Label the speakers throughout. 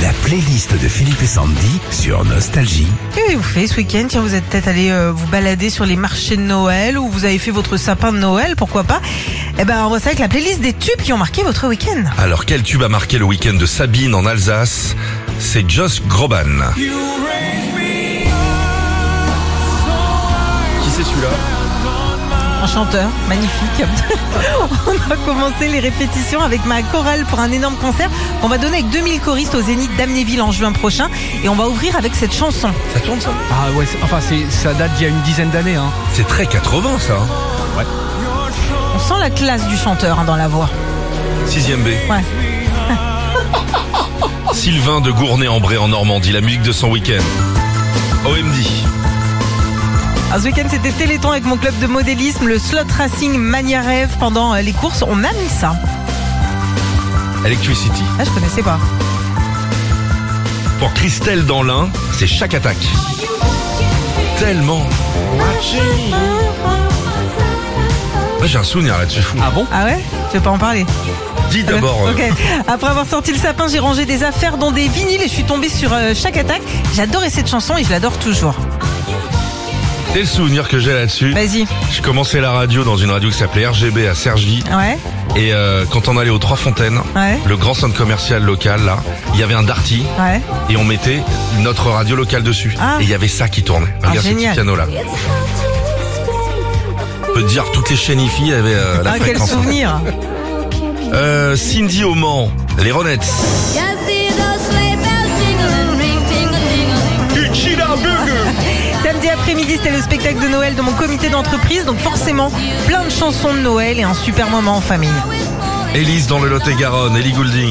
Speaker 1: La playlist de Philippe et Sandy sur Nostalgie.
Speaker 2: Qu'est-ce que vous faites ce week-end Tiens, vous êtes peut-être allé euh, vous balader sur les marchés de Noël ou vous avez fait votre sapin de Noël, pourquoi pas Eh ben, on va avec la playlist des tubes qui ont marqué votre week-end.
Speaker 3: Alors quel tube a marqué le week-end de Sabine en Alsace C'est Joss Groban. Qui c'est celui-là
Speaker 2: Un chanteur magnifique. on a commencé les répétitions avec ma chorale pour un énorme concert qu'on va donner avec 2000 choristes au Zénith d'Amnéville en juin prochain et on va ouvrir avec cette chanson.
Speaker 3: Ça tourne ça
Speaker 4: Ah ouais, c'est- enfin c'est ça date d'il y a une dizaine d'années hein.
Speaker 3: C'est très 80 ça. hein.
Speaker 2: On sent la classe du chanteur hein, dans la voix.
Speaker 3: Sixième B.
Speaker 2: Ouais.
Speaker 3: Sylvain de Gournay-en-Bray en Normandie, la musique de son week-end. OMD.
Speaker 2: Alors, ce week-end, c'était Téléthon avec mon club de modélisme, le slot racing Mania Rêve. Pendant euh, les courses, on a mis ça.
Speaker 3: Electricity.
Speaker 2: Ah, je connaissais pas.
Speaker 3: Pour Christelle dans l'un, c'est chaque attaque. Tellement. Moi j'ai un souvenir là-dessus fou.
Speaker 4: Ah bon
Speaker 2: Ah ouais Tu veux pas en parler
Speaker 3: Dis d'abord. euh,
Speaker 2: Ok. Après avoir sorti le sapin, j'ai rangé des affaires dont des vinyles et je suis tombée sur euh, chaque attaque. J'adorais cette chanson et je l'adore toujours.
Speaker 3: C'est le souvenir euh, que j'ai là-dessus.
Speaker 2: Vas-y.
Speaker 3: Je commençais la radio dans une radio qui s'appelait RGB à Sergi.
Speaker 2: Ouais.
Speaker 3: Et euh, quand on allait aux Trois Fontaines,
Speaker 2: Ouais.
Speaker 3: le grand centre commercial local, là, il y avait un Darty.
Speaker 2: Ouais.
Speaker 3: Et on mettait notre radio locale dessus.
Speaker 2: Ah.
Speaker 3: Et il y avait ça qui tournait.
Speaker 2: Ah,
Speaker 3: Regarde ce petit
Speaker 2: génial.
Speaker 3: piano là. On peut dire toutes les chaînes IFI avaient euh, la
Speaker 2: Ah, quel
Speaker 3: fréquence.
Speaker 2: souvenir.
Speaker 3: Euh, Cindy au Mans, les Ronettes.
Speaker 5: Can see those sleigh bells jingling, ring, tingle, tingling.
Speaker 2: Samedi après-midi, c'était le spectacle de Noël de mon comité d'entreprise. Donc forcément, plein de chansons de Noël et un super moment en famille.
Speaker 4: Ah
Speaker 3: Élise dans le Lot-et-Garonne, Ellie Goulding.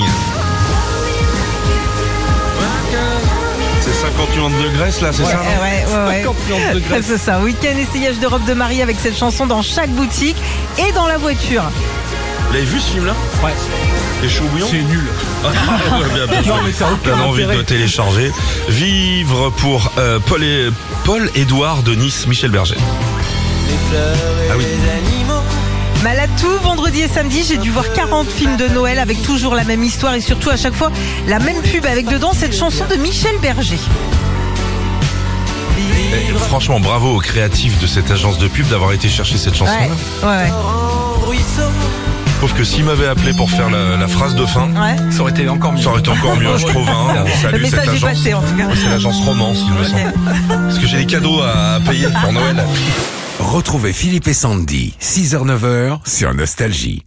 Speaker 3: C'est 50 nuances de Grèce là, c'est ça
Speaker 2: Eh ouais, ouais, ouais.
Speaker 4: 50 nuances de Grèce.
Speaker 2: C'est ça. Week-end essayage de robe de mariée avec cette chanson dans chaque boutique et dans la voiture.
Speaker 3: Vous l'avez vu ce film là
Speaker 4: Ouais.
Speaker 3: Les chauds bouillons
Speaker 4: C'est nul.
Speaker 3: Ah, ouais, bien, bien, bien.
Speaker 4: Non, mais ça a aucun
Speaker 3: T'as envie
Speaker 4: intérêt.
Speaker 3: de télécharger. Vivre pour euh, Paul et Paul Édouard de Nice, Michel Berger. Ah oui.
Speaker 2: Malade tout, vendredi et samedi, j'ai dû voir 40 films de Noël avec toujours la même histoire et surtout à chaque fois la même pub avec dedans cette chanson de Michel Berger.
Speaker 3: Eh, franchement, bravo aux créatifs de cette agence de pub d'avoir été chercher cette chanson.
Speaker 2: Ouais, ouais, ouais.
Speaker 3: Sauf que s'ils m'avaient appelé pour faire la, la phrase de fin,
Speaker 2: Ouais.
Speaker 4: Ça aurait été encore mieux.
Speaker 3: ça aurait été encore mieux, je trouve. Hein. On salue
Speaker 2: Le
Speaker 3: cette
Speaker 2: message est
Speaker 3: agence.
Speaker 2: passé en tout cas.
Speaker 3: C'est l'agence romance, il me semble. Parce que j'ai des cadeaux à payer pour Noël.
Speaker 1: Retrouvez Philippe et Sandy, 6h-9h sur Nostalgie.